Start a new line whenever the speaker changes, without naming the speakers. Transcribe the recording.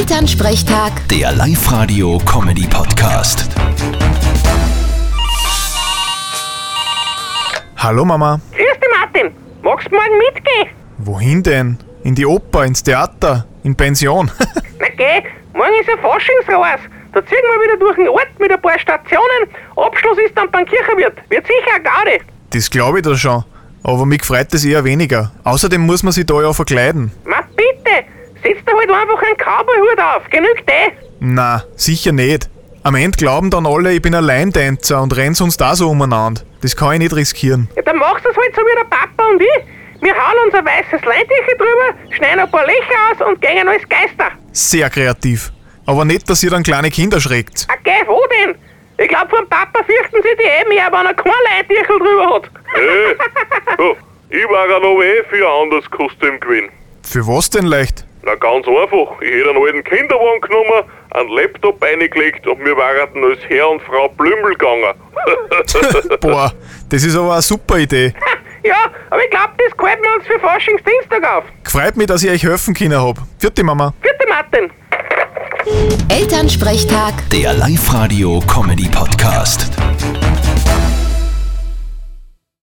Elternsprechtag,
Der Live-Radio-Comedy-Podcast.
Hallo Mama,
Grüß dich, Martin. Magst du morgen mitgehen?
wohin denn? In die Oper, ins Theater, in Pension.
Na geh, morgen ist ein Faschingsraus. Da ziehen wir wieder durch den Ort mit ein paar Stationen. Abschluss ist dann beim Kirchenwirt. Wird sicher eine Garde.
das glaube ich da schon. Aber mich freut das eher weniger. Außerdem muss man sich da ja verkleiden.
Ma bitte, setz dir halt einfach einen Cowboyhut auf. Genügt eh.
Na, sicher nicht. Am Ende glauben dann alle, ich bin Alleintänzer und renn sonst da so umeinander. Das kann ich nicht riskieren.
Ja, dann machst du es halt so wie der Papa und ich. Wir hauen unser weißes Leintiche drüber, schneiden ein paar Löcher aus und gehen als Geister.
Sehr kreativ. Aber nicht, dass ihr dann kleine Kinder schreckt.
Ah geh, wo denn? Ich glaub, vom Papa fürchten sie die eh mehr, wenn er kein Leintichel drüber hat.
Äh, ja, ich war ja noch eh für ein anderes Kostüm gewesen.
Für was denn leicht?
Na ganz einfach, ich hätte einen alten Kinderwagen genommen, einen Laptop reingelegt und wir waren als Herr und Frau Blümel gegangen.
Boah, das ist aber eine super Idee.
Ja, aber ich glaub, das gehalten wir uns für Faschingsdienstag auf.
Freut mich, dass ich euch helfen können hab. Vierte Mama.
Bitte, Martin.
Elternsprechtag.
Der Live-Radio-Comedy-Podcast.